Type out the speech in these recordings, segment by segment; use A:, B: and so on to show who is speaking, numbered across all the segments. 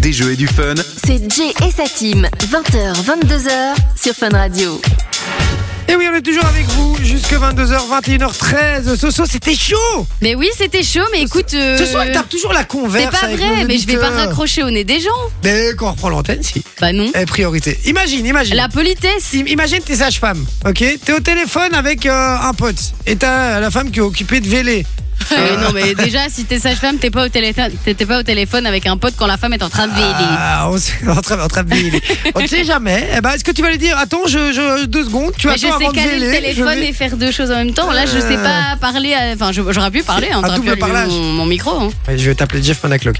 A: des jeux et du fun.
B: C'est Jay et sa team, 20h, 22h sur Fun Radio.
C: Et oui, on est toujours avec vous jusque 22h, 21h13. Soso, c'était chaud
D: Mais oui, c'était chaud, mais écoute. euh,
C: Ce soir, elle tape toujours la converse.
D: C'est pas
C: avec
D: vrai,
C: nos
D: mais je vais pas
C: auditeurs.
D: raccrocher au nez des gens.
C: Mais quand on reprend l'antenne, si.
D: Bah non.
C: Eh, priorité. Imagine, imagine.
D: La politesse.
C: Im- Imagine tes sages-femmes, ok T'es au téléphone avec euh, un pote et t'as euh, la femme qui est occupée de véler.
D: Euh, non, mais déjà, si t'es sage-femme, t'es pas, au téléphone- t'es- t'es pas au téléphone avec un pote quand la femme est en train de veiller.
C: Ah, on s- en train, en train de véler. on ne sait jamais. Eh ben, est-ce que tu vas lui dire attends, je, je- deux secondes, tu
D: Mais je
C: attends
D: sais
C: avant de
D: caler
C: véler.
D: le
C: je
D: téléphone
C: vais-
D: et faire deux choses en même temps. Là, je sais pas parler. à- Enfin, je- j'aurais pu parler. Hein,
C: un
D: t'aurais pu
C: double
D: allumer
C: parlage.
D: mon, mon micro. hein.
C: Ouais, je vais t'appeler Jeff Panaclock.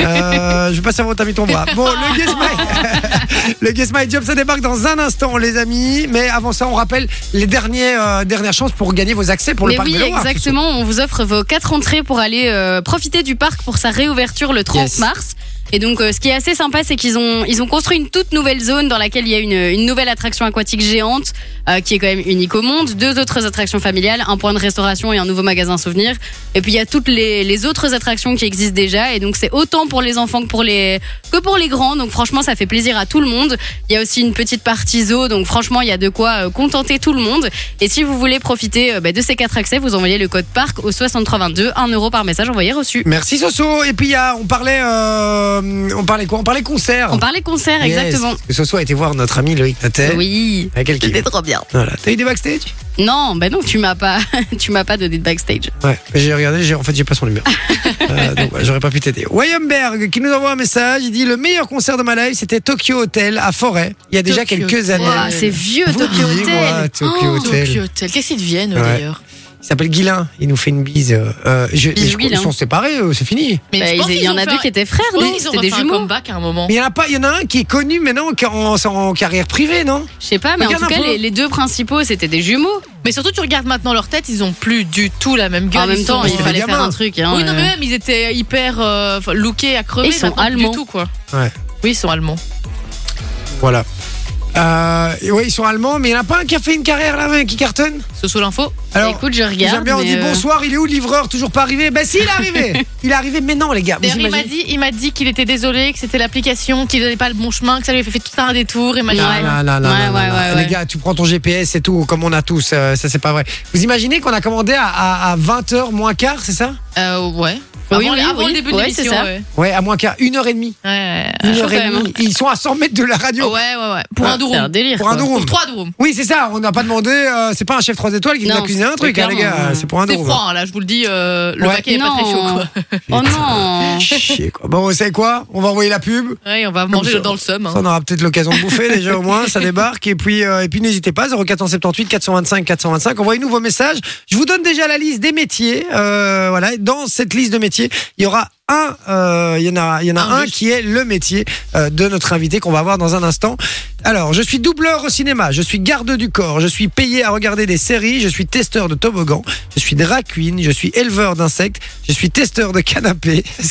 C: euh, je vais pas savoir où t'as mis ton bras. Bon, le Guess My, le Guess My Job, ça débarque dans un instant, les amis. Mais avant ça, on rappelle les derniers, euh, dernières chances pour gagner vos accès pour le
D: Mais
C: parc
D: oui,
C: de Loire,
D: exactement. On vous offre vos quatre entrées pour aller euh, profiter du parc pour sa réouverture le 30
C: Yes.
D: mars. Et donc, euh, ce qui est assez sympa, c'est qu'ils ont, ils ont construit une toute nouvelle zone dans laquelle il y a une, une nouvelle attraction aquatique géante euh, qui est quand même unique au monde, deux autres attractions familiales, un point de restauration et un nouveau magasin souvenir. Et puis, il y a toutes les, les autres attractions qui existent déjà. Et donc, c'est autant pour les enfants que pour les, que pour les grands. Donc, franchement, ça fait plaisir à tout le monde. Il y a aussi une petite partie zoo. Donc, franchement, il y a de quoi euh, contenter tout le monde. Et si vous voulez profiter euh, bah, de ces quatre accès, vous envoyez le code PARC au 6322, 1 euro par message envoyé reçu.
C: Merci Soso. Et puis il y a- on parlait, euh, on parlait quoi On parlait concert.
D: On parlait concert,
C: Yes. Eh
D: exactement.
C: Parce que Soso a été voir notre ami Loïc Natel.
D: Oui.
C: Avec elle qui-
D: C'était trop bien.
C: Voilà. T'as eu des backstage
D: Non, bah non, tu m'as pas, tu m'as pas donné de backstage.
C: Ouais. Mais J'ai regardé. j'ai- En fait, j'ai pas son numéro. Euh, donc ouais, j'aurais pas pu t'aider. Weyemberg qui nous envoie un message. Il dit le meilleur concert de ma life, c'était Tokyo Hotel à Forêt. Il y a déjà
E: Tokyo
C: quelques
E: Hotel.
C: années.
D: Ouah, c'est vieux
C: Vous
D: Tokyo
C: oubliez, moi,
D: Hotel.
C: Tokyo
D: Oh.
C: Hotel.
E: Tokyo Hotel. Qu'est-ce qu'ils deviennent
C: Ouais.
E: euh, d'ailleurs
C: Il s'appelle Guilin, il nous fait une bise. euh, euh, je, mais
D: Bisous,
C: je-
D: Guilin.
C: Ils sont séparés, eux, c'est fini.
E: Mais
D: Bah,
E: je pense
D: ils- il y
E: qu'ils
D: en
E: ont
D: a
E: fait
D: deux
E: un-
D: qui étaient frères,
E: Oui,
D: non
E: ils ont
D: C'était des
E: refait un
D: jumeaux.
E: comeback à un moment.
C: Mais il y en a pas, il y en a un qui est connu maintenant qui est en, en carrière privée, non
D: Je sais pas, mais en
C: Regarde
D: tout
C: un
D: cas,
C: peu.
D: les, les deux principaux, c'était des jumeaux.
E: Mais surtout, tu regardes maintenant leur tête, ils ont plus du tout la même gueule.
D: en même
E: ils
D: temps,
E: sont-
D: il
C: des
D: fallait faire
C: gamins.
D: un truc. hein,
E: Oui, non,
D: euh.
E: mais même, ils étaient hyper euh, enfin, lookés à crever.
D: Ils sont
E: maintenant, plus
D: allemands.
E: Du tout, quoi.
C: Ouais.
E: Oui, ils sont allemands.
C: Voilà. Euh, et ouais, ils sont allemands, mais il y en a pas un qui a fait une carrière là, ouais, qui cartonne
E: Ce sous l'info.
C: Alors,
D: Écoute, je regarde.
C: j'aime bien, on
D: mais,
C: dit
D: euh,
C: bonsoir, il est où le livreur Toujours pas arrivé Ben si, il est arrivé Il est arrivé, mais non, les gars. Vous
E: D'ailleurs, il m'a
C: imaginez
E: dit, il m'a dit qu'il était désolé, que c'était l'application, qu'il n'avait pas le bon chemin, que ça lui avait fait tout un détour. Et
C: Non,
E: machin.
D: Ouais.
C: non, non, non,
D: Ouais,
C: non,
D: ouais,
C: non.
D: ouais,
C: Les
D: ouais.
C: gars, tu prends ton GPS et tout, comme on a tous, euh, ça c'est pas vrai. Vous imaginez qu'on a commandé à, à, à 20h moins quart, c'est ça
E: Euh, ouais.
D: Oui,
E: avant,
D: oui,
E: avant
D: oui.
E: le début
D: Ouais,
E: de l'émission.
D: c'est ça.
E: Ouais.
C: Ouais, à moins quart, 1h30.
E: Ouais, ouais,
C: Une
D: Ah, chaud
C: heure et
D: quand hein. Ah
C: demie. Ils sont à 100 mètres de la
E: ouais.
C: radio.
E: Ouais, ouais, ouais. Pour un
D: C'est un
E: durum.
D: délire.
C: Pour un
D: quoi.
C: durum.
E: Pour trois durums.
C: Oui, c'est ça. On n'a pas demandé. euh, c'est pas un chef 3 étoiles qui nous a
D: Non,
C: cuisiné un
D: c'est
C: truc, hein, les
D: clairement,
C: gars.
D: non.
C: C'est pour un
E: C'est
C: euro.
E: froid, hein, là, je vous le dis. euh, le
C: Ouais.
E: paquet est pas très chaud,
D: Non.
E: quoi.
D: Oh non
C: Chier, quoi. Bon, vous savez quoi On va envoyer la pub.
E: Ouais, on va manger
C: ça.
E: dans le seum. hein.
C: Ça, on aura peut-être l'occasion de bouffer déjà au moins. Ça débarque. Et puis, euh, et puis n'hésitez pas. 0478 425 425. Envoyez-nous vos messages. Je vous donne déjà la liste des métiers. Euh, voilà. Et Dans cette liste de métiers, il y aura un. euh, Il y en a, il y en a
E: Un
C: un,
E: juste.
C: qui est le métier euh, de notre invité qu'on va voir dans un instant. Alors, je suis doubleur au cinéma. Je suis garde du corps. Je suis payé à regarder des séries. Je suis testeur de toboggan. Je suis drag queen. Je suis éleveur d'insectes. Je suis testeur de canapé.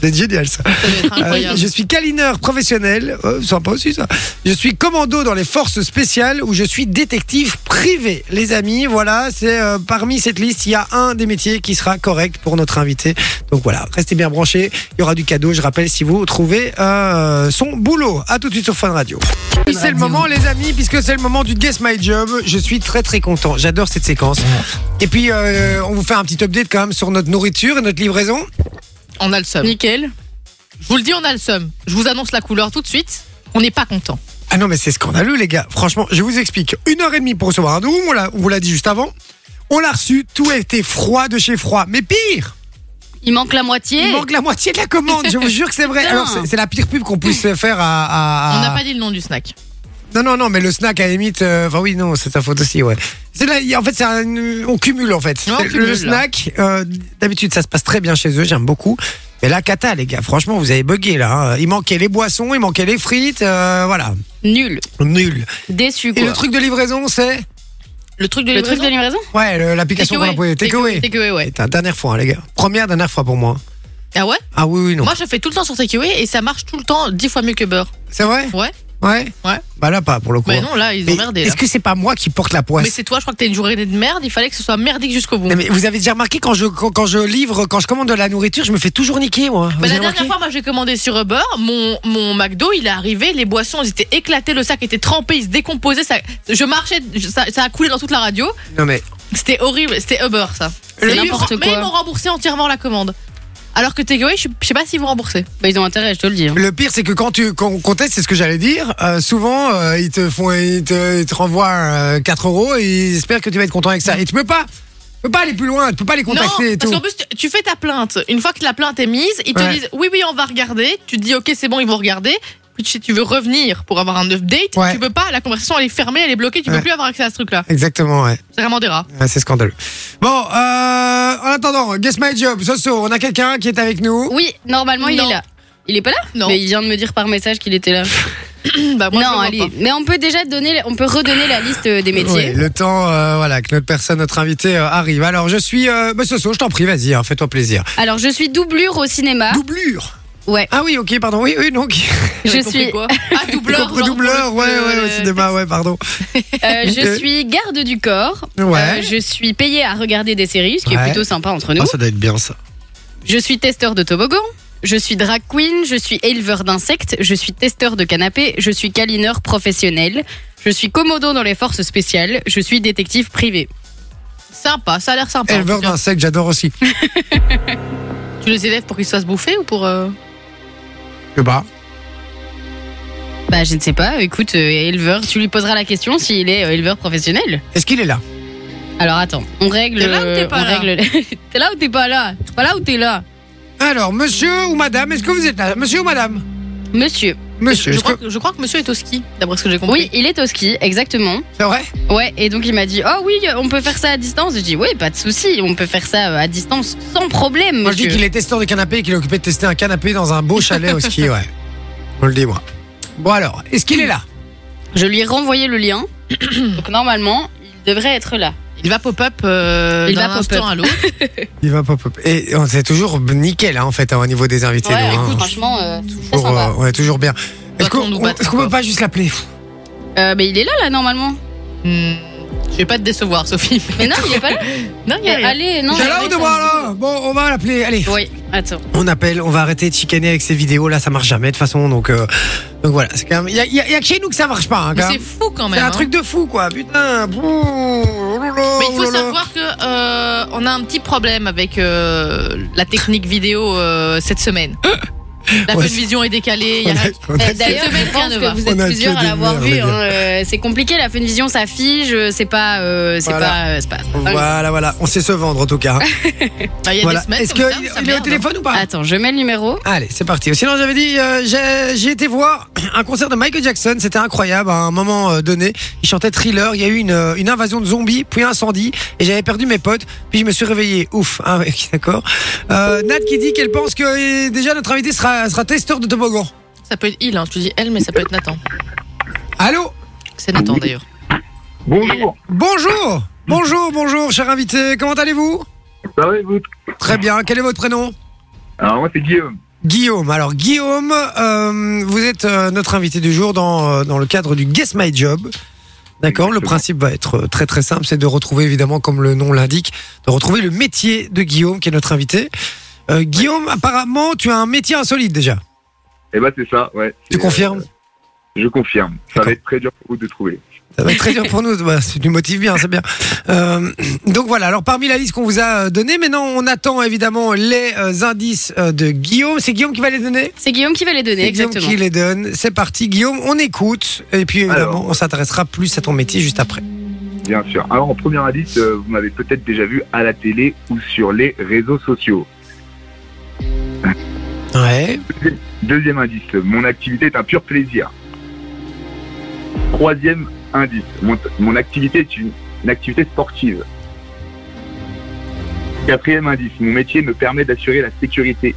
C: C'est génial ça.
E: Ça doit être
C: Euh,
E: incroyable.
C: je suis câlineur professionnel, Euh, sympa aussi ça. Je suis commando dans les forces spéciales ou je suis détective privé. Les amis, voilà, c'est euh, parmi cette liste, il y a un des métiers qui sera correct pour notre invité. Donc voilà, restez bien branchés, il y aura du cadeau, je rappelle, si vous trouvez euh, son boulot. À tout de suite sur Fun Radio. C'est le moment, les amis, puisque c'est le moment du Guess My Job. Je suis très très content, j'adore cette séquence. Et puis, euh, on vous fait un petit update quand même sur notre nourriture et notre livraison.
E: On a le seum.
D: Nickel.
E: Je vous le dis, on a le seum. Je vous annonce la couleur tout de suite. On n'est pas content.
C: Ah non, mais c'est scandaleux, les gars. Franchement, je vous explique. Une heure et demie pour recevoir un doom, on l'a- on vous l'a dit juste avant. On l'a reçu, tout était froid de chez froid. Mais pire,
D: Il manque la moitié.
C: il manque la moitié de la commande, je vous jure que c'est vrai.
D: Putain.
C: Alors, c'est- c'est la pire pub qu'on puisse faire à. à- à-
E: On n'a pas dit le nom du snack.
C: Non, non, non, mais le snack, à la limite. euh, Enfin, oui, non, c'est ta faute aussi, ouais. C'est là, il y a- en fait, c'est un- on cumule, en fait.
E: Ouais, on
C: le
E: cumule, là.
C: snack, euh, d'habitude, ça se passe très bien chez eux, j'aime beaucoup. Mais là, Cata, les gars, franchement, vous avez bugué, là. hein. Il manquait les boissons, il manquait les frites, euh, voilà.
D: Nul.
C: Nul.
D: Déçu
C: Et
D: quoi.
C: le truc de livraison, c'est.
E: Le truc de
D: Le truc de
E: livraison
D: livraison
C: Ouais, le- l'application qu'on a posée, Takeaway.
E: Takeaway, ouais.
C: C'est la dernière fois, hein, les gars. Première, dernière fois pour moi.
E: Ah ouais
C: Ah oui, oui, non.
E: Moi, je fais tout le temps sur Takeaway et ça marche tout le temps dix fois mieux que beurre.
C: C'est vrai
E: Ouais.
C: Ouais
E: Ouais.
C: Bah là, pas pour le coup.
E: Mais non, là, ils ont
C: Mais
E: merdé. là.
C: Est-ce que c'est pas moi qui porte la poisse
E: Mais c'est toi, je crois que t'as une journée de merde, il fallait que ce soit merdique jusqu'au bout.
C: Non, mais vous avez déjà remarqué quand je quand, quand je livre quand je commande de la nourriture je me fais toujours niquer moi. Vous avez
E: Bah, la dernière
C: remarqué
E: fois, moi, j'ai commandé sur Uber. Mon, mon McDo, il est arrivé. Les boissons, ils étaient éclatées. Le sac était trempé. Il se décomposait. Ça, je marchais. je- Ça, ça a coulé dans toute la radio.
C: Non mais
E: C'était horrible. C'était Uber, ça.
D: C'est
E: Mais ils
D: n'importe
E: m'ont-
D: quoi.
E: Mais ils m'ont remboursé entièrement la commande. Alors que Takeaway, je je sais pas s'ils vont rembourser.
D: Bah, ils ont intérêt, je te le dis. hein.
C: le pire c'est que quand tu quand on conteste c'est ce que j'allais dire euh, souvent euh, ils te font ils te, ils te renvoient euh, 4 euros et ils espèrent que tu vas être content avec ça et tu peux pas tu peux pas aller plus loin tu peux pas les contacter et
E: non,
C: tout.
E: parce qu'en plus, tu, tu fais ta plainte. Une fois que la plainte est mise, ils te
C: Ouais.
E: disent oui, oui, on va regarder. Tu te dis ok, c'est bon, ils vont regarder. Puis si tu veux revenir pour avoir un update,
C: Ouais.
E: tu peux pas. La conversation, elle est fermée, elle est bloquée. Tu
C: Ouais.
E: peux plus avoir accès à ce truc-là.
C: Exactement ouais.
E: C'est vraiment des rats.
C: Ouais, Ah, c'est scandaleux. Bon euh, en attendant guess my job Soso on a quelqu'un qui est avec nous.
D: Oui, normalement, il
E: Non.
D: est là. Il est pas là
E: Non.
D: Mais il vient de me dire par message qu'il était là.
E: bah, moi, je le
D: non,
E: vois
D: allez.
E: pas.
D: Mais on peut déjà donner, on peut redonner la liste euh, des
C: Ouais,
D: métiers.
C: le temps euh, voilà que notre personne notre invité euh, arrive. Alors je suis euh, bah, Soso je t'en prie vas-y hein, fais-toi plaisir.
D: Alors, je suis doublure au cinéma.
C: Doublure.
D: Ah. Ouais.
C: Ah oui, ok, pardon. Oui, oui, donc.
D: Je
E: J'avais compris
D: suis,
E: quoi Ah, doubleur.
C: Compris
E: genre,
C: doubleur,
E: pour
C: ouais,
E: le-
C: ouais,
E: le-
C: au cinéma, ouais, pardon.
D: euh, je suis garde du corps.
C: Ouais.
D: Euh, je suis payée à regarder des séries, ce qui
C: Ouais.
D: est plutôt sympa entre nous.
C: Ah, ça doit être bien ça.
D: Je suis testeur de toboggan. Je suis drag queen, je suis éleveur d'insectes, je suis testeur de canapé, je suis câlineur professionnel, je suis commodo dans les forces spéciales, je suis détective privé.
E: Sympa, ça a l'air sympa. en
C: Éleveur
E: tout cas.
C: d'insectes, j'adore aussi.
E: Tu les élèves pour qu'ils se fassent bouffer ou pour. euh,
C: Que bah.
D: Bah je ne sais pas, écoute, euh, éleveur, tu lui poseras la question s'il est euh, éleveur professionnel.
C: Est-ce qu'il est là
D: Alors attends, on règle... euh,
E: T'es là ou t'es pas
D: on
E: là
D: règle- T'es là ou t'es pas là T'es pas là ou t'es là
C: Alors, monsieur ou madame, est-ce que vous êtes là Monsieur ou madame
D: Monsieur.
C: Monsieur,
E: je,
C: est-ce
E: crois
C: que-
E: que, je crois que monsieur est au ski, d'après ce que j'ai compris.
D: Oui, il est au ski, exactement.
C: c'est vrai
D: Ouais, et donc il m'a dit, oh oui, on peut faire ça à distance. Je dis, oui, pas de souci, on peut faire ça euh, à distance sans problème.
C: Moi, je dis
D: monsieur.
C: qu'il est testeur de canapé et qu'il est occupé de tester un canapé dans un beau chalet au ski, ouais. On le dit, moi. Bon, alors, est-ce qu'il est là
D: Je lui ai renvoyé le lien. Donc normalement, il devrait être là.
E: Il va pop-up euh,
D: Il
E: d'un
D: va pop-up.
E: instant à l'autre.
C: Il va pas. pop- Et on c'est toujours nickel, hein, en fait, hein, au niveau des invités.
D: Ouais,
C: nous, hein.
D: écoute, franchement, euh, très
C: Pour, euh,
D: sympa.
C: on est toujours bien. Est-ce
E: Doit-on
C: qu'on
E: nous
C: on-
E: battre,
C: est-ce qu'on peut
E: quoi
C: pas juste l'appeler
D: Euh, mais il est là, là, normalement.
E: Hmm, Je vais pas te décevoir, Sophie.
D: Mais non, il est pas là.
E: Non, il y
D: Mais
E: a rien.
D: allez, non.
C: T'es là
D: arrête,
C: ou
D: ça me
C: devant,
D: saoule.
C: là Bon, on va l'appeler. Allez,
D: Oui, attends.
C: on appelle. On va arrêter de chicaner avec ces vidéos. Là, ça marche jamais de toute façon. Donc, euh, donc voilà. C'est quand même. Il y, a- y a- y a que chez nous que ça marche pas. hein,
E: Mais
C: quand
E: c'est
C: même.
E: fou quand
C: C'est
E: même.
C: un
E: hein.
C: truc de fou, quoi. Putain. Bouh, oh là là,
E: Mais il
C: oh là
E: faut
C: là.
E: savoir que euh, on a un petit problème avec euh, la technique vidéo euh, cette semaine. La
C: Ouais,
E: fun
C: c'est-
E: vision est décalée. il y a
C: On a-
E: rien-
C: on a-
D: Eh, D'ailleurs,
E: semaine,
D: je pense
E: rien ne
D: que
E: va.
D: vous
C: On
D: êtes
C: a que
D: plusieurs à
C: des
D: l'avoir
C: merdes,
D: vu.
C: les gars.
D: hein, euh, c'est compliqué, la Funvision, ça fige, euh, c'est pas. euh, c'est
C: Voilà.
D: pas. euh, c'est pas-
E: Ah
D: c'est pas-
C: Voilà, voilà. On sait se vendre en tout cas.
E: Bah, Il y a
C: Voilà.
E: des semaines.
C: Est-ce
E: comme ça,
C: qu'il il est
E: ça
C: au
E: merde. hein. Ah.
C: téléphone ou pas
D: Attends, je mets le numéro.
C: Allez, c'est parti. Sinon, j'avais dit, euh, j'ai- j'ai été voir un concert de Michael Jackson. C'était incroyable. À un moment euh, donné, il chantait Thriller. Il y a eu une, euh, une invasion de zombies, puis un incendie. Et j'avais perdu mes potes. Puis je me suis réveillé. Ouf. hein, ok, D'accord. Euh, Nat qui dit qu'elle pense que euh, déjà notre invité sera, sera testeur de toboggan.
E: Ça peut être il, hein, je te dis elle, mais ça peut être Nathan.
C: Allô
E: C'est Nathan d'ailleurs.
A: Bonjour.
C: Bonjour Bonjour, bonjour, cher invité. Comment allez-vous
A: Ça va et vous
C: Très bien. Quel est votre prénom
A: Alors moi c'est Guillaume.
C: Guillaume. Alors Guillaume, euh, vous êtes euh, notre invité du jour dans, euh, dans le cadre du Guess My Job. D'accord, le
A: Exactement.
C: principe va être euh, très très simple, c'est de retrouver évidemment, comme le nom l'indique, de retrouver le métier de Guillaume qui est notre invité. Euh, Guillaume, apparemment, tu as un métier insolite déjà.
A: Eh ben c'est ça, ouais.
C: Tu
A: C'est,
C: confirmes
A: euh, Je confirme. Ça
C: D'accord.
A: va être très dur pour vous de trouver.
C: Ça va être très dur pour nous. Bah, c'est- tu motives bien, c'est bien. Euh, donc voilà. Alors parmi la liste qu'on vous a euh, donnée, maintenant on attend évidemment les euh, indices euh, de Guillaume. C'est Guillaume qui va les donner.
D: C'est Guillaume qui va les donner,
C: C'est Guillaume
D: exactement.
C: qui les donne. C'est parti, Guillaume, on écoute. Et puis évidemment,
A: Alors.
C: on s'intéressera plus à ton métier juste après.
A: Bien sûr. Alors en première indice, euh, vous m'avez peut-être déjà vu à la télé ou sur les réseaux sociaux.
C: Ouais.
A: Deuxième indice, mon activité est un pur plaisir. Troisième indice, mon, mon activité est une, une activité sportive. Quatrième indice, mon métier me permet d'assurer la sécurité.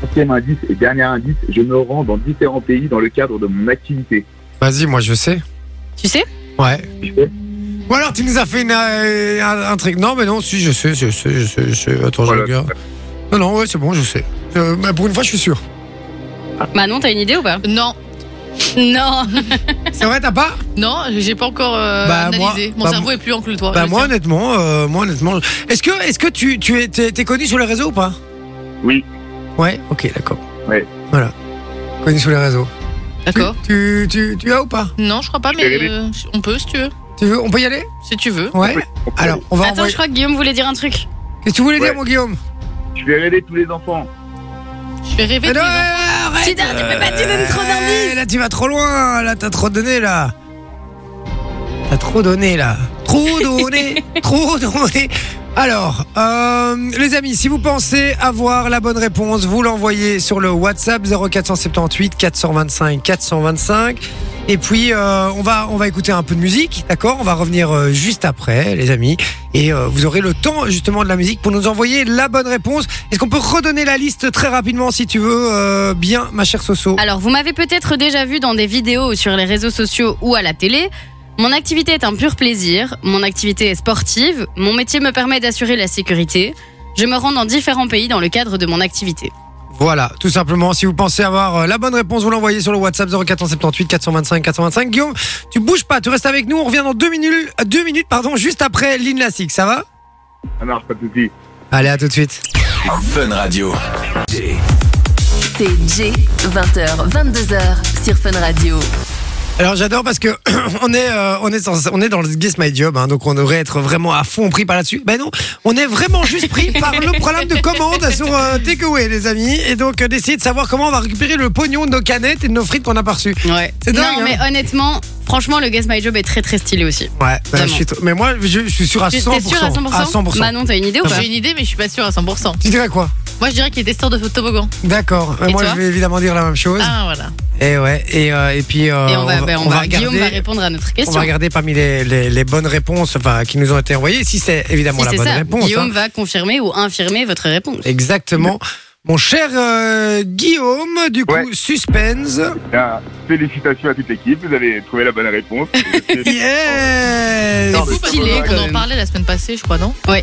A: Cinquième indice et dernier indice, je me rends dans différents pays dans le cadre de mon activité.
C: Vas-y, moi je sais.
D: Tu sais
C: Ouais.
A: Tu fais
C: Ou alors tu nous as fait une, euh, un, un truc. Non, mais non, si, je sais, je sais, je sais. Je sais. Attends, je
A: Voilà.
C: regarde. Non, non, ouais, c'est bon, je sais. Euh, bah, pour une fois, je suis sûr.
D: Manon, t'as une idée ou pas
E: Non,
D: Non.
C: C'est vrai, t'as pas
E: Non, j'ai pas encore euh,
C: Bah,
E: analysé.
C: moi-
E: Mon
C: bah,
E: cerveau est plus long que le toit.
C: Bah
E: le
C: moi
E: tien.
C: honnêtement, euh, moi honnêtement, je- est-ce que est-ce que tu tu es t'es, t'es connu sur les réseaux ou pas
A: Oui.
C: Ouais, ok, d'accord.
A: Ouais.
C: Voilà. Connu sur les réseaux.
E: D'accord.
C: Tu tu, tu, tu as ou pas
E: Non, je crois pas, mais
A: vais rêver.
E: euh, on peut si tu veux.
C: Tu veux On peut y aller
E: Si tu veux.
C: Ouais. Alors, on va
D: Attends,
C: envoyer.
D: je crois que Guillaume voulait dire un truc.
C: Qu'est-ce que tu voulais
A: Ouais.
C: dire, mon Guillaume
A: Je vais rêver tous les enfants.
E: Je vais rêver.
C: Mais
E: tous
C: non,
E: les ans.
C: arrête
D: Tinder, tu peux pas, tu donnes trop d'indices.
C: Ouais, Là, tu vas trop loin. Là, t'as trop donné, là. T'as trop donné, là. Trop donné. trop donné. Alors, euh, les amis, si vous pensez avoir la bonne réponse, vous l'envoyez sur le WhatsApp 0478 425 425. Et puis, euh, on, va, on va écouter un peu de musique, d'accord On va revenir euh, juste après, les amis. Et euh, vous aurez le temps, justement, de la musique pour nous envoyer la bonne réponse. Est-ce qu'on peut redonner la liste très rapidement, si tu veux, euh, bien, ma chère Soso
D: Alors, vous m'avez peut-être déjà vu dans des vidéos sur les réseaux sociaux ou à la télé. Mon activité est un pur plaisir, mon activité est sportive, mon métier me permet d'assurer la sécurité, je me rends dans différents pays dans le cadre de mon activité.
C: Voilà, tout simplement. Si vous pensez avoir euh, la bonne réponse, vous l'envoyez sur le WhatsApp 0478 425 425. Guillaume, tu bouges pas, tu restes avec nous. On revient dans deux minutes, euh, deux minutes pardon, juste après l'Inlassic. Ça va
A: Ça marche pas de soucis.
C: Allez, à tout de suite.
F: Fun Radio.
B: C'est J, 20h, 22h sur Fun Radio.
C: Alors j'adore parce que on est euh, on est sans- on est dans le Guess My Job, hein, donc on devrait être vraiment à fond pris par là-dessus. Ben non, on est vraiment juste pris par le problème de commande sur euh, Takeaway, les amis, et donc euh, d'essayer de savoir comment on va récupérer le pognon de nos canettes et de nos frites qu'on a pas reçues.
D: Ouais.
C: C'est dingue,
D: Non,
C: hein.
D: mais honnêtement, franchement, le Guess My Job est très très stylé aussi.
C: Ouais, ben,
D: Vraiment.
C: je suis t- mais moi je, je suis sûr à 100%.
D: T'es sûr à 100%,
C: À 100%.
D: Manon, t'as une idée ou pas
C: Euh,
E: J'ai une idée, mais je suis pas sûre à 100%.
C: Tu dirais quoi
E: Moi, je dirais qu'il est testeur de toboggan.
C: D'accord. Euh,
D: Et
C: Moi,
D: toi
C: je vais évidemment dire la même chose.
E: Ah, voilà.
C: Et ouais. Et, euh, et puis, euh,
D: Et on va, bah, on va- Guillaume va
C: regarder.
D: répondre à notre
C: On
D: question.
C: va regarder parmi les, les, les bonnes réponses enfin, qui nous ont été envoyées, si c'est évidemment
D: Si
C: la
D: c'est
C: bonne
D: ça,
C: réponse.
D: Guillaume
C: hein.
D: va confirmer ou infirmer votre réponse.
C: Exactement. Mon cher euh, Guillaume, du coup,
A: Ouais.
C: suspense.
A: Bien, Ah, félicitations à toute l'équipe. Vous avez trouvé la bonne réponse.
C: Yes Oh,
A: Non,
E: C'est
A: mais
E: fou parce
A: c'est
E: qu'on
A: vrai, quand
E: en- on en
D: même.
E: parlait la semaine passée, je crois, non
C: Ouais,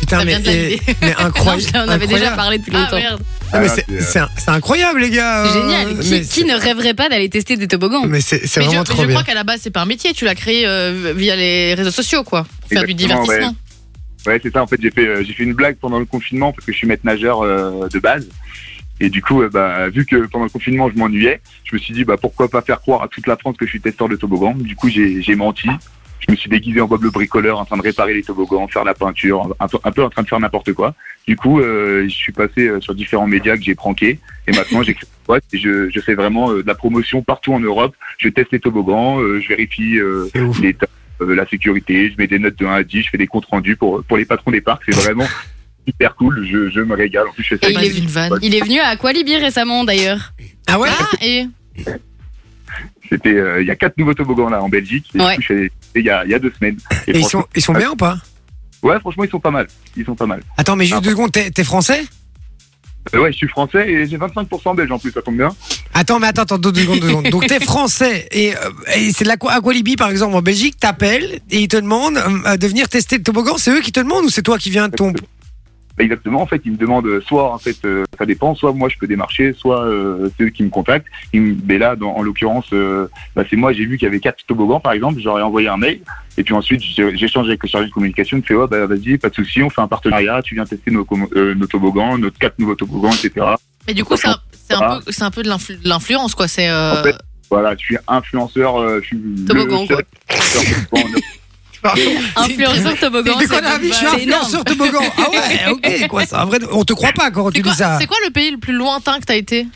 C: putain,
E: Ça
C: mais,
E: vient de la
C: et-
E: idée.
C: mais incroyable.
D: Non, je- on avait déjà
C: incroyable.
D: parlé depuis
E: Ah,
D: longtemps.
E: merde.
C: Non, mais
A: Ah,
C: c'est-
A: c'est-
C: c'est un- c'est incroyable, les gars.
D: c'est
C: euh,
D: génial.
C: mais
D: Qui, qui
C: c'est-
D: ne rêverait pas d'aller tester des toboggans
C: Mais c'est c'est
E: Mais je,
C: vraiment
E: mais
C: trop
E: je
C: bien.
E: crois qu'à la base, c'est pas un métier. Tu l'as créé euh, via les réseaux sociaux, quoi. Pour Faire du
A: Exactement,
E: divertissement.
A: Ouais, c'est ça. En fait, j'ai fait, euh, j'ai fait une blague pendant le confinement parce que je suis maître nageur euh, de base. Et du coup, euh, bah, vu que pendant le confinement, je m'ennuyais, je me suis dit, bah, pourquoi pas faire croire à toute la France que je suis testeur de toboggan. Du coup, j'ai j'ai menti. Je me suis déguisé en Bob le bricoleur, en train de réparer les toboggans, faire la peinture, un peu, un peu en train de faire n'importe quoi. Du coup, euh, je suis passé euh, sur différents médias que j'ai pranké. Et maintenant, j'ai créé une boîte et je, je fais vraiment euh, de la promotion partout en Europe. Je teste les toboggans, euh, je vérifie euh,
C: C'est ouf.
A: les, euh, la sécurité, je mets des notes de 1 à 10, je fais des comptes rendus pour, pour les patrons des parcs. C'est vraiment hyper cool, je, je me régale. En plus, je fais ça
D: Et
A: avec
D: il est
A: des
E: une vanne.
A: potes.
D: Il est venu à Aqualibi récemment d'ailleurs.
C: Ah ouais
E: Ah, et
A: C'était, euh, il y a quatre nouveaux toboggans là en Belgique. Et du
D: Ouais.
A: coup, je suis allé- il, y a, il y a deux semaines. Et
C: Et ils
A: franchement-
C: sont, ils sont bien ou pas
A: Ouais, franchement, ils sont pas mal. Ils sont pas mal.
C: Attends, mais juste
A: Ah,
C: deux secondes, t'es t'es français
A: Euh, ouais, je suis français et j'ai 25% belge en plus, ça tombe bien.
C: Attends, mais attends, attends, deux secondes, deux secondes. Donc, t'es français et, euh, et c'est de l'Aqua- Aqualibi, par exemple, en Belgique, t'appelles et ils te demandent euh, de venir tester le toboggan. C'est eux qui te demandent ou c'est toi qui viens de ton.
A: Bah, exactement. En fait, ils me demandent euh, soit, en fait, euh, ça dépend, soit moi je peux démarcher, soit euh, c'est eux qui me contactent. Ils me- Mais là, dans, en l'occurrence, euh, bah, c'est moi. J'ai vu qu'il y avait quatre toboggans, par exemple. J'aurais envoyé un mail. Et puis ensuite, j'ai j'ai échangé avec le chargé de communication. Il me fait, ouais, bah, vas-y, pas de souci, on fait un partenariat. Tu viens tester nos, commo- euh, nos toboggans, nos quatre nouveaux toboggans, etc.
E: mais du coup, c'est un, c'est un peu, c'est un peu de l'influ- de l'influence, quoi. C'est euh,
A: Ah. En fait, Voilà, je suis influenceur. euh, je suis le
D: Toboggan,
A: seul influenceur toboggan en Bah,
D: Influenceur toboggan.
C: Mais de quoi,
D: c'est
C: la vie, je suis
D: pas- c'est énorme.
C: influenceur toboggan. Ah ouais, ok, quoi, c'est un vrai. On te croit pas quand
E: c'est
C: tu
E: quoi,
C: dis ça.
E: c'est quoi le pays le plus lointain que t'as été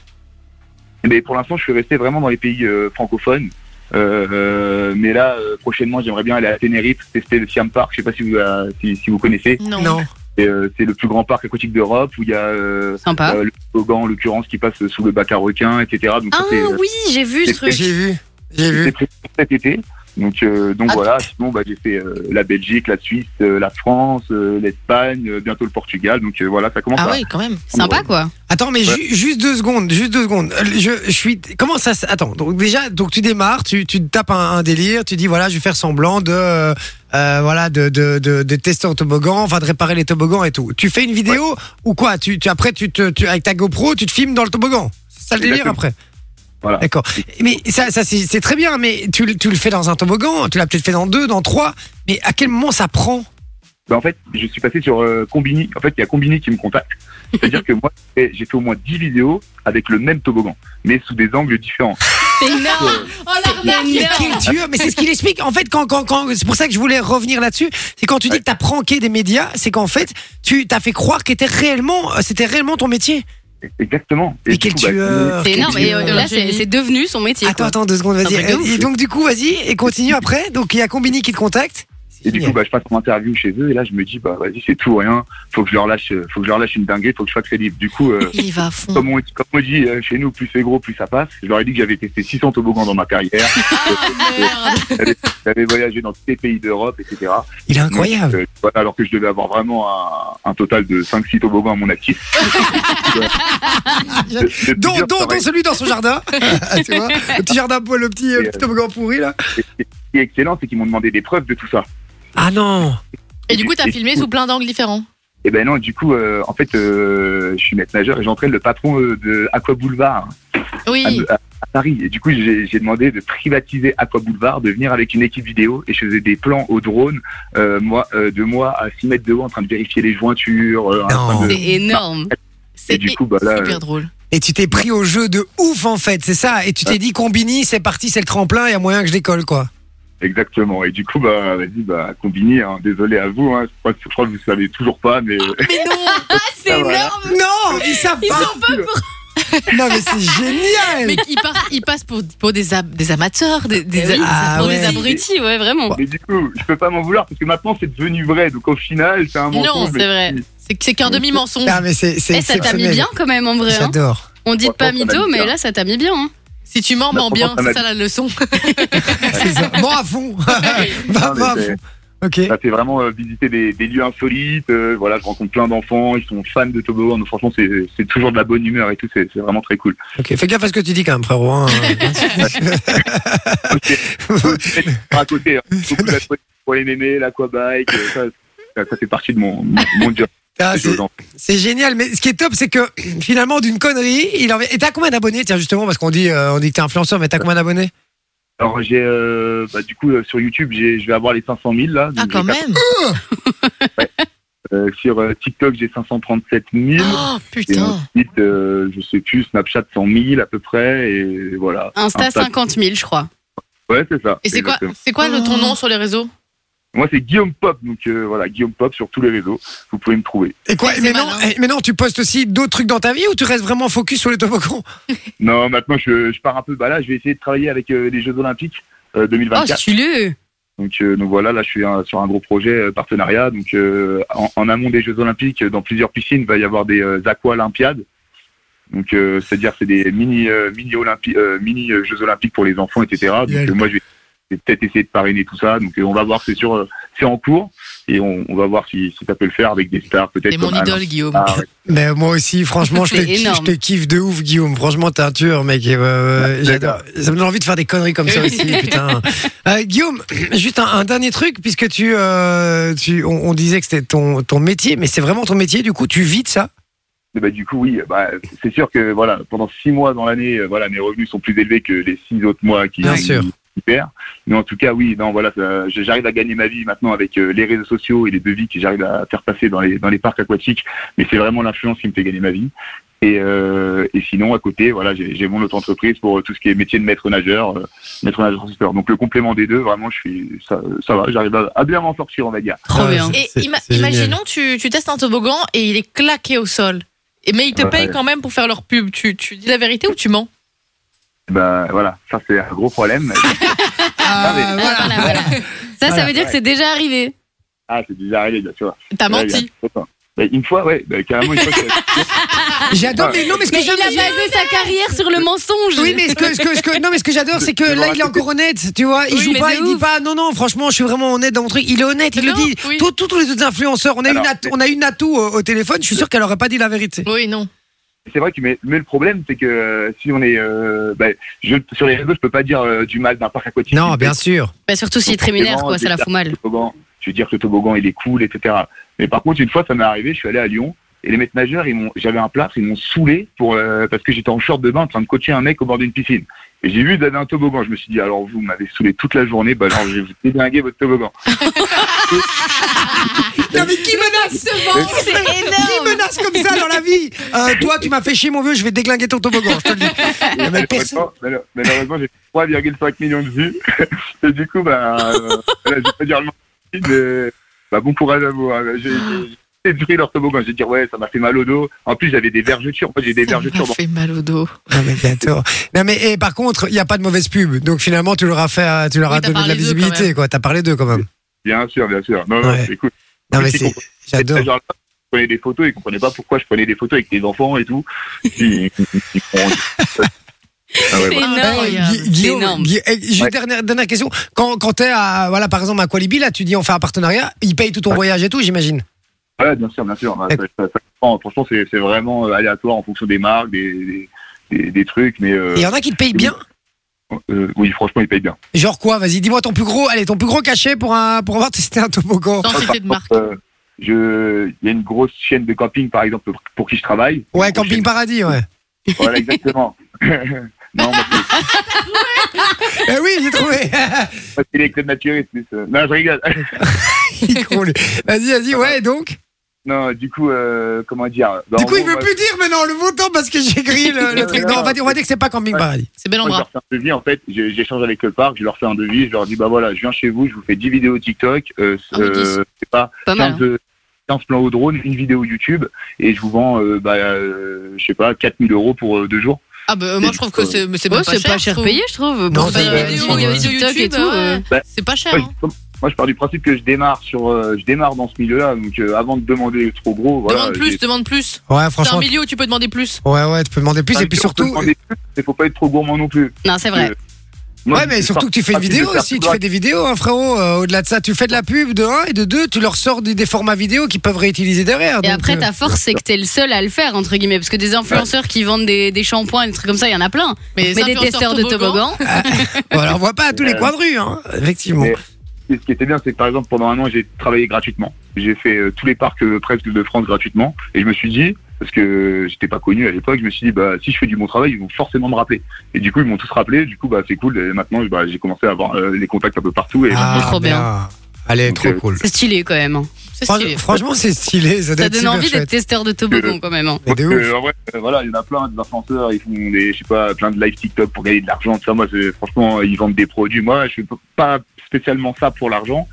A: Mais pour l'instant, je suis resté vraiment dans les pays euh, francophones. Euh, euh, mais là, euh, prochainement, j'aimerais bien aller à Tenerife tester le Siam Park. Je sais pas si vous, euh, si, si vous connaissez.
E: Non.
C: Non.
A: Et, euh, c'est le plus grand parc aquatique d'Europe où il y a euh,
D: Sympa.
A: euh, le toboggan, en l'occurrence, qui passe sous le bac à requins, etc. Donc ça,
D: Ah
A: c'est, euh,
D: oui, j'ai vu ce
A: c'est-
D: truc.
C: J'ai vu. J'ai
A: c'est
C: vu.
A: prévu pour cet été. Donc, euh, donc
E: Ah.
A: voilà. Sinon, bah, j'ai fait euh, la Belgique, la Suisse, euh, la France, euh, l'Espagne, euh, bientôt le Portugal. Donc euh, voilà, ça commence.
E: Ah
A: à-
E: oui, quand même.
D: Sympa quoi.
C: Attends, mais ju- juste deux secondes, juste deux secondes. Euh, Je, je suis. Comment ça se- Attends, donc déjà, donc tu démarres, tu, tu te tapes un, un délire, tu dis voilà, je vais faire semblant de. euh, euh, voilà, de, de, de, de tester un toboggan, enfin de réparer les toboggans et tout. Tu fais une vidéo ou quoi tu, tu- Après, tu, te- tu, avec ta GoPro, tu te filmes dans le toboggan. C'est ça le délire
A: Exactement.
C: après.
A: Voilà.
C: D'accord. Mais ça, ça c'est c'est très bien, mais tu, le- tu le fais dans un toboggan, tu l'as peut-être fait dans deux, dans trois, mais à quel moment ça prend
A: Bah, en fait, je suis passé sur euh, Combini. En fait, il y a Combini qui me contacte. C'est-à-dire que moi, j'ai j'ai fait au moins 10 vidéos avec le même toboggan, mais sous des angles différents.
D: C'est énorme.
E: Oh l'arnaque
C: Mais quel tueur Mais c'est ce qu'il explique. En fait, quand, quand, quand, c'est pour ça que je voulais revenir là-dessus. C'est quand tu dis que t'as pranké des médias, c'est qu'en fait, tu t'as fait croire qu'était réellement, euh, c'était réellement ton métier.
A: Exactement.
C: Mais
A: du
C: quel
A: coup, bah,
C: tueur
D: C'est
C: quel
D: énorme. Et
C: tueur.
D: euh, là, c'est c'est devenu son métier.
C: Attends,
D: quoi.
C: attends deux secondes, vas-y.
D: C'est un truc de
C: Euh,
D: ouf.
C: Et donc du coup, vas-y et continue après. Donc il y a Combini qui te contacte.
A: Et du coup, bah, je passe mon interview chez eux et là, je me dis, bah, vas-y, c'est tout ou rien. Faut que je leur lâche, euh, faut que je leur lâche une dinguerie, faut que je fasse libre. Du coup, euh,
E: Il va à fond.
A: comme, on, comme on dit euh, chez nous, plus c'est gros, plus ça passe. Je leur ai dit que j'avais testé 600 toboggans dans ma carrière,
D: Ah,
A: j'avais voyagé dans tous les pays d'Europe, etc.
C: il est incroyable.
A: Donc, euh, voilà, alors que je devais avoir vraiment un, un total de 5-6 toboggans à mon actif. Le- le plus
C: Dont,
A: dur,
C: dont,
A: ça va
C: dont
A: être-
C: celui dans son jardin. Tu vois, le petit jardin, le petit, euh, le petit toboggan pourri là.
A: Ce qui est excellent, c'est qu'ils m'ont demandé des preuves de tout ça.
C: Ah non.
E: Et du coup, t'as filmé
A: coup,
E: sous plein d'angles différents.
A: Et ben non, du coup, euh, en fait, euh, je suis maître nageur et j'entraîne le patron euh, de Aqua Boulevard à,
E: Oui.
A: à- à Paris. Et du coup, j'ai j'ai demandé de privatiser Aqua Boulevard, de venir avec une équipe vidéo et je faisais des plans au drone, euh, moi, euh, de moi à 6 mètres de haut en train de vérifier les jointures. euh, en train
C: Non.
A: de-
D: C'est énorme.
E: C'est
A: du coup, bah, là,
E: hyper
A: euh,
E: drôle.
C: Et tu t'es pris au jeu de ouf en fait, c'est ça. Et tu t'es dit Combini, c'est parti, c'est le tremplin, il y a moyen que je décolle quoi.
A: Exactement. Et du coup, bah, vas-y, bah, combiner. Hein. Désolé à vous. Hein. Je, crois, je crois que vous savez toujours pas, mais euh,
E: Mais non
D: C'est
A: Ah, voilà.
D: énorme.
C: Non, ils savent pas. Non mais c'est génial.
E: Mais ils part- ils passent pour, pour des, ab- des amateurs, des, des,
D: Eh oui,
C: Ah
D: Pour
C: ouais.
D: les abrutis, ouais, vraiment.
A: mais du coup, je peux pas m'en vouloir parce que maintenant c'est devenu vrai. Donc au final, c'est un
E: Non,
A: mensonge.
E: c'est
A: mais-
E: vrai. C'est c'est qu'un demi-mensonge.
C: Ah, mais c'est c'est
D: Eh, ça t'a mis
C: exceptionnel.
D: bien quand même en vrai. hein.
C: J'adore.
D: On dit de pas
A: Franchement, ça
D: mytho,
A: m'a mis
D: mais
A: bien.
D: là, ça t'a mis bien. hein.
E: Si tu mens, mens
A: Bah,
E: bien.
A: franchement, ça
E: C'est ça la leçon.
C: C'est ça. Bon à fond. Va,
A: Non, mais
C: va à
A: c'est-
C: fond. Ok.
A: Ça fait vraiment euh, visiter des, des lieux insolites. euh, voilà, je rencontre plein d'enfants. Ils sont fans de Toboggan. Donc franchement, c'est c'est toujours de la bonne humeur et tout. C'est c'est vraiment très cool.
C: Ok. Fais gaffe à ce que tu dis quand même, frérot. hein.
A: à côté, hein, beaucoup d'aqua- pour les mémés, l'aquabike, euh, ça, ça, ça fait partie de mon, mon, mon job.
C: Ah,
A: Je
C: c'est-
A: vous en prie.
C: c'est génial. Mais ce qui est top, c'est que finalement d'une connerie, il en. Et t'as combien d'abonnés Tiens justement parce qu'on dit euh, on dit que t'es influenceur, mais t'as combien d'abonnés
A: Alors j'ai, euh, bah, du coup, euh, sur YouTube, j'ai- je vais avoir les 500 000 là.
E: Ah,
A: Donc,
E: quand
A: j'ai-
E: même.
A: euh, sur euh, TikTok, j'ai 537 000.
E: Oh,
A: Et
E: putain.
A: ensuite, euh, je sais plus, Snapchat 100 000 à peu près, et voilà.
D: Insta 50 000, je crois.
A: Ouais, c'est ça.
E: Et c'est quoi,
A: exactement.
E: c'est quoi le, ton nom sur les réseaux
A: Moi, c'est Guillaume Pop, donc euh, voilà, Guillaume Pop sur tous les réseaux. Vous pouvez me trouver.
C: Et quoi
E: Mais c'est
C: Mais non,
E: malin.
C: mais non, tu postes aussi d'autres trucs dans ta vie ou tu restes vraiment focus sur les toboggans
A: Non, maintenant, je, je pars un peu. Bah là, je vais essayer de travailler avec euh, les Jeux Olympiques euh,
D: Oh,
A: 2024.
D: suis-le.
A: donc, euh, donc voilà, là, je suis euh, sur un gros projet euh, partenariat. Donc, euh, en, en amont des Jeux Olympiques, euh, dans plusieurs piscines, il va y avoir des euh, aqua-olympiades. Donc, euh, c'est-à-dire, c'est des mini, euh, mini, Olympi- euh, mini euh, Jeux Olympiques pour les enfants, etc. Donc,
C: Génial.
A: euh, moi, je vais, je vais peut-être essayer de parrainer tout ça. Donc, euh, on va voir, c'est sûr, euh, c'est en cours. Et on, on va voir si, si ça peut le faire avec des stars, peut-être.
E: T'es mon
A: comme Alain
E: idole, Guillaume.
A: Star,
C: Mais moi aussi, franchement, je te,
D: C'est
C: kiffe-
D: énorme.
C: je te kiffe de ouf, Guillaume. Franchement, t'es un tueur, mec. Et, euh,
A: Ouais,
C: J'adore. Ça me donne envie de faire des conneries comme ça aussi, putain. Euh, Guillaume, juste un, un dernier truc, puisque tu, euh, tu on, on disait que c'était ton, ton métier, mais c'est vraiment ton métier, du coup, tu vis de ça.
A: Eh ben, du coup, oui, bah, c'est sûr que voilà, pendant six mois dans l'année, euh, voilà, mes revenus sont plus élevés que les six autres mois qui
C: Bien
A: qui-
C: sûr.
A: qui perdent. Mais en tout cas, oui, non, voilà, ça- je- j'arrive à gagner ma vie maintenant avec euh, les réseaux sociaux et les devis que j'arrive à faire passer dans les dans les parcs aquatiques. Mais c'est vraiment l'influence qui me fait gagner ma vie. Et, euh, et sinon, à côté, voilà, j'ai j'ai mon autre entreprise pour euh, tout ce qui est métier de maître nageur, euh, maître nageur surfeur. Donc le complément des deux, vraiment, je suis ça, ça va, j'arrive à, à bien m'en sortir, on va dire.
D: Trop
C: Ah,
D: bien.
C: c'est-
E: Et
C: c'est-
E: ima-
C: c'est génial.
E: imaginons, tu, tu testes un toboggan et il est claqué au sol. Et, mais ils te
A: Ouais.
E: payent quand même pour faire leur pub. Tu, tu dis la vérité ou tu mens
A: Bah voilà, ça c'est un gros problème.
C: Ah,
A: Ah,
D: Ah, voilà, voilà. Ça, ça
C: Voilà.
D: veut dire que c'est déjà arrivé.
A: ah, c'est déjà arrivé, bien sûr.
E: T'as
A: Ouais,
E: menti.
A: bien. Mais Une fois, ouais, bah, carrément une fois. que-
C: J'adore, mais non, mais ce que
D: Mais il a
C: j'aime.
D: basé sa carrière sur le mensonge.
C: Oui, mais ce que, ce que, ce que- non, mais ce que j'adore, c'est que
A: Je- je
C: là,
A: me
C: il est encore honnête, tu vois. Il
D: Oui,
C: joue
D: mais
C: pas,
D: de
C: il dit
D: ouf.
C: pas, non, non, franchement, je suis vraiment honnête dans mon truc. Il est honnête, il
E: Non,
C: le dit.
E: oui.
C: Tous- Tous tous les autres influenceurs, on a,
A: Alors,
C: une, at- on a une atout euh, au téléphone, je suis sûr qu'elle aurait pas dit la vérité.
E: Oui, non.
A: C'est vrai que mais, mais le problème, c'est que euh, si on est euh, bah, je, sur les réseaux, je peux pas dire euh, du mal d'un parc aquatique.
C: Non, bien sûr.
D: Bah, surtout s'il est tréminaire, quoi, ça la fout mal.
A: Toboggan, je veux dire que le toboggan il est cool, etc. Mais par contre, une fois, ça m'est arrivé, je suis allé à Lyon. Et Et les maîtres nageurs, ils m'ont, j'avais un plâtre, ils m'ont saoulé pour, euh, parce que j'étais en short de bain en train de coacher un mec au bord d'une piscine. Et j'ai vu d'aller un toboggan. Je me suis dit, alors vous m'avez saoulé toute la journée, bah alors je vais vous déglinguer votre toboggan.
C: Non, mais qui menace
E: C'est
C: Qui
E: énorme.
C: menace comme ça dans la vie Euh, Toi, tu m'as fait chier, mon vieux, je vais déglinguer ton toboggan, je te le dis. Mais
A: Malheureusement,
C: personne-
A: mal- Malheureusement, j'ai fait 3,5 millions de vues. Et du coup, bah, euh, voilà, je vais pas dire le nom, mais bah, bon courage à vous. hein. J'ai- J'ai j'ai détruit leur toboggan. J'ai dit, ouais, ça m'a fait mal au dos. En plus, j'avais des vergetures. En fait, j'ai des
E: Ça
A: vergetures.
E: m'a
A: dans-
E: fait mal au dos.
C: Non, mais bien sûr. Non, mais et par contre, il n'y a pas de mauvaise pub. Donc finalement, tu leur as, fait, euh, tu leur
E: Oui,
C: as
E: t'as
C: donné de la
E: parlé d'eux, quand
C: visibilité, quoi. T'as parlé d'eux quand même.
A: Bien sûr, bien sûr. Non, non,
C: Ouais.
A: écoute,
C: Non, mais
A: Petit
C: c'est.
A: con.
C: J'adore.
A: ces gens-là, ils prenaient des photos. Ils comprenaient pas pourquoi je prenais des photos avec des enfants et tout. Ils- ils- ils- Ah ouais,
D: C'est
A: voilà.
D: énorme.
E: Incroyable.
C: Gui- Guillaume,
D: énorme.
C: Gui- eh, juste
A: Ouais.
C: dernière, dernière question. Quand, quand t'es à, voilà, par exemple, à Qualibi, là, tu dis on fait un partenariat, ils payent tout ton
A: Ouais.
C: voyage et tout, j'imagine.
A: Ouais, bien sûr, bien sûr. Bah, ça- ça- ça dépend. franchement, c'est c'est vraiment euh, aléatoire en fonction des marques, des, des, des- des trucs. Mais euh,
C: Il y en a qui te payent bien.
A: euh, oui, franchement, ils payent bien.
C: Genre quoi Vas-y, dis-moi ton plus gros, allez, ton plus gros cachet pour un, pour avoir testé un toboggan.
E: Sans citer de marque.
A: Euh, je, il y a une grosse chaîne de camping, par exemple, pour qui je travaille.
C: Ouais,
A: Une grosse
C: Camping Paradis, ouais.
A: chaîne- Voilà, exactement. non, moi, c'est-
C: eh oui, j'ai trouvé.
A: moi, c'est les clubs naturistes. plus, euh, Non, je rigole.
C: Il croit, lui. vas-y, vas-y, ouais, donc.
A: non, du coup, euh, comment dire bah,
C: Du
A: en
C: coup, il
A: gros,
C: veut
A: moi,
C: plus dire maintenant le montant parce que j'ai grillé le, le truc. Non, on va dire, on va dire que c'est pas Camping
A: Ouais.
C: Paradis.
E: C'est bel
A: Moi, je
E: endroit.
A: leur fais un devis en fait, je- j'échange avec le parc, je leur fais un devis, je leur dis bah voilà, je viens chez vous, je vous fais 10 vidéos TikTok, euh,
D: Ah oui, 10.
A: euh, c'est pas
C: Ah,
D: Pas mal. hein.
A: 15, euh, 15 plans au drone, une vidéo YouTube, et je vous vends, euh, bah, euh, je sais pas, 4000 euros pour euh, deux jours.
E: Ah bah moi je trouve que c'est mais c'est
D: Ouais,
E: même
D: Oh, c'est pas cher
E: je trouve.
D: payé, je trouve.
C: Non,
D: Pour
C: c'est
D: faire
C: pas
D: des
C: cher.
D: vidéos
C: Ouais.
D: TikTok et tout. euh,
E: ouais. c'est pas cher.
A: Moi,
E: hein.
A: je- comme- moi, je pars du principe que je démarre sur, euh, je démarre dans ce milieu-là, donc euh, avant de demander trop gros, voilà.
E: demande plus,
A: j'ai-
E: demande plus.
C: Ouais,
E: C'est un
C: franchement.
E: milieu où tu peux demander plus.
C: Ouais, ouais, tu peux demander plus.
A: enfin,
C: Et puis
A: Ah, on peut
C: surtout.
A: demander plus, mais faut pas être trop gourmand non plus.
D: Non, c'est vrai.
A: Euh, moi,
C: ouais, mais
A: je-
C: surtout que tu fais une
A: je- je-
C: vidéo
A: je-
C: aussi. Tu fais des vidéos, hein, frérot. Euh, Au-delà de ça, tu fais de la pub de 1 et de 2. Tu leur sors des, des formats vidéo qu'ils peuvent réutiliser derrière.
D: Et
C: donc,
D: après,
C: euh,
D: ta force, c'est que t'es le seul à le faire, entre guillemets. Parce que des influenceurs qui vendent des, des shampoings, des trucs comme ça, il y en a plein.
E: Mais,
D: Mais des testeurs de toboggan,
C: voilà, on voit pas à tous les coins de rue, hein, effectivement.
A: Mais- Et ce qui était bien, c'est que par exemple, pendant un an, j'ai travaillé gratuitement. J'ai fait euh, tous les parcs euh, presque de France gratuitement. Et je me suis dit, parce que j'étais pas connu à l'époque, je me suis dit, bah, si je fais du bon travail, ils vont forcément me rappeler. Et du coup, ils m'ont tous rappelé. Du coup, bah, c'est cool. Et maintenant, bah, j'ai commencé à avoir euh, les contacts un peu partout. Et
C: Ah,
D: trop bien.
C: Allez,
A: Donc,
C: trop
A: euh,
C: cool.
D: c'est stylé quand même. hein.
E: C'est
C: Fran-
E: stylé.
C: Franchement, c'est stylé. Ça, doit
D: Ça
C: être
D: donne
C: super
D: envie d'être
C: chouette.
D: testeur de toboggan quand même. hein.
C: Mais de
A: Donc,
C: ouf.
A: euh, en vrai, euh, voilà, il y en a plein des influenceurs, ils font des, je sais pas, plein de live TikTok pour gagner de l'argent, tout ça. Moi, c'est- franchement, ils vendent des produits. Moi, je fais pas spécialement ça pour l'argent.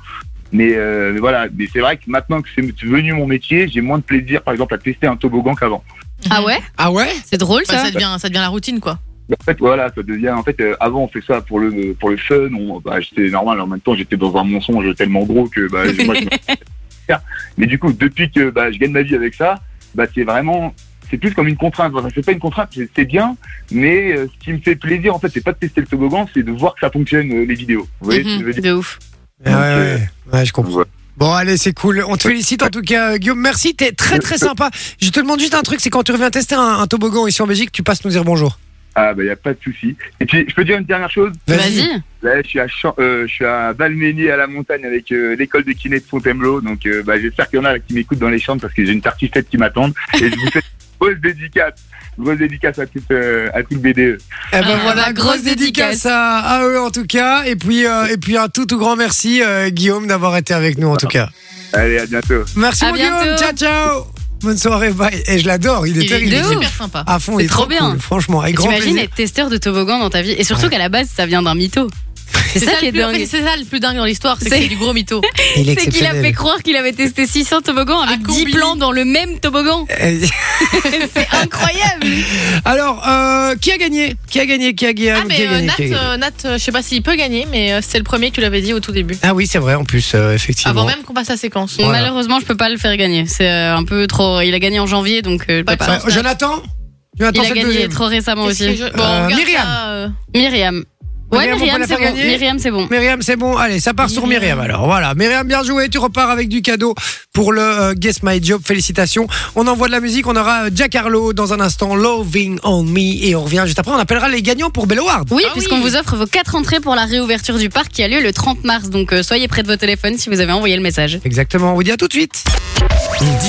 A: Mais, euh, mais voilà, mais c'est vrai que maintenant que c'est devenu mon métier, j'ai moins de plaisir, par exemple, à tester un toboggan qu'avant.
E: Mhm.
D: Ah ouais
C: Ah ouais
D: C'est drôle
E: Bah,
D: ça
E: ça devient ça devient la routine quoi.
A: En fait, voilà, ça devient. En fait, euh, avant, on fait ça pour le pour le fun. On, bah, c'était normal. En même temps, j'étais dans un mensonge tellement gros que bah, je- moi, je me- Mais du coup, depuis que bah, je gagne ma vie avec ça, bah, c'est vraiment. C'est plus comme une contrainte. Enfin, c'est pas une contrainte. c'est- C'est bien, mais euh, ce qui me fait plaisir, en fait, c'est pas de tester le toboggan, c'est de voir que ça fonctionne euh, les vidéos. Vous voyez ce que je veux dire
D: De ouf.
C: Ouais,
A: Donc,
C: ouais, euh, ouais, je comprends.
A: Ouais.
C: Bon, allez, c'est cool. On te félicite en tout cas, euh, Guillaume. Merci, t'es très très sympa. Je te demande juste un truc c'est quand tu reviens tester un, un toboggan ici en Belgique, tu passes nous dire bonjour.
A: Ah bah y a pas de souci. Et puis, je peux dire une dernière chose.
D: Vas-y.
A: Là, je suis à Champ- euh, je suis à Valménie à la montagne avec euh, l'école de kiné de Fontainebleau. Donc, euh, bah, j'espère qu'il y en a qui m'écoutent dans les chambres parce que j'ai une partie fête qui m'attendent. Et je vous fais une grosse dédicace, une grosse dédicace à toute euh, à toute BDE.
C: Eh ben
D: Ah,
C: voilà,
D: la
C: grosse
D: grosse dédicace.
C: dédicace à, à eux en tout cas. Et puis, euh, et puis un tout tout grand merci, euh, Guillaume, d'avoir été avec nous en tout cas.
A: Allez, à bientôt.
C: Merci,
D: À
C: mon
D: bientôt.
C: Guillaume. Ciao, ciao. Bonne soirée, bye. Et je l'adore, il est
E: Il est
C: terrible.
D: de ouf.
E: super sympa.
C: À fond,
D: C'est
C: il est
D: trop
C: trop
D: bien.
C: cool, franchement, avec grand
D: T'imagines
C: plaisir.
D: être testeur de toboggan dans ta vie Et surtout
C: Ouais.
D: qu'à la base, ça vient d'un mytho. C'est ça, qui est
E: le plus- en fait,
D: dingue.
E: C'est ça le plus dingue dans l'histoire, c'est que
D: C'est-
E: c'est du gros mytho.
C: Il est
D: C'est qu'il a
C: exceptionnel.
D: fait croire qu'il avait testé 600 toboggans avec 10
E: Accompli.
D: plans dans le même toboggan.
C: Euh,
D: C'est incroyable.
C: Alors, euh, qui a gagné Qui a gagné Qui a gagné
E: Ah
C: Qui
E: mais
C: a
E: euh,
C: gagné
E: Nat,
C: Qui a gagné
E: euh, Nat, euh, je sais pas s'il peut gagner, mais euh, c'est le premier que tu l'avais dit au tout début.
C: Ah oui, c'est vrai, en plus, euh, effectivement.
E: Avant même qu'on passe la séquence.
C: Voilà.
D: Malheureusement, je peux pas le faire gagner. C'est euh, un peu trop. Il a gagné en janvier, donc euh, je peux
E: Pas de
D: pas.
C: Ouais, Jonathan Jonathan,
D: Il
C: c'est
D: a
C: le
D: gagné
C: deuxième.
D: trop récemment
E: Qu'est-ce que
D: aussi.
E: je- Bon,
C: Euh,
E: on garde
C: Myriam.
E: ça, euh,
D: Myriam. Ouais,
C: Myriam, on peut
D: Myriam,
C: la
D: c'est
C: faire
D: bon.
C: gagner
D: Myriam, c'est bon.
C: Myriam, c'est bon. Allez, ça part sur
E: Myriam.
C: Myriam. Alors voilà, Myriam, bien joué. Tu repars avec du cadeau pour le euh, Guess My Job. Félicitations. On envoie de la musique. On aura euh, Jack Harlow dans un instant. Loving on me. Et on revient juste après. On appellera les gagnants pour Bello Award.
D: Oui,
E: Ah
D: puisqu'on
E: oui.
D: vous offre vos quatre entrées pour la réouverture du parc qui a lieu le 30 mars. Donc euh, soyez près de vos téléphones si vous avez envoyé le message.
C: Exactement. On vous dit à tout de suite.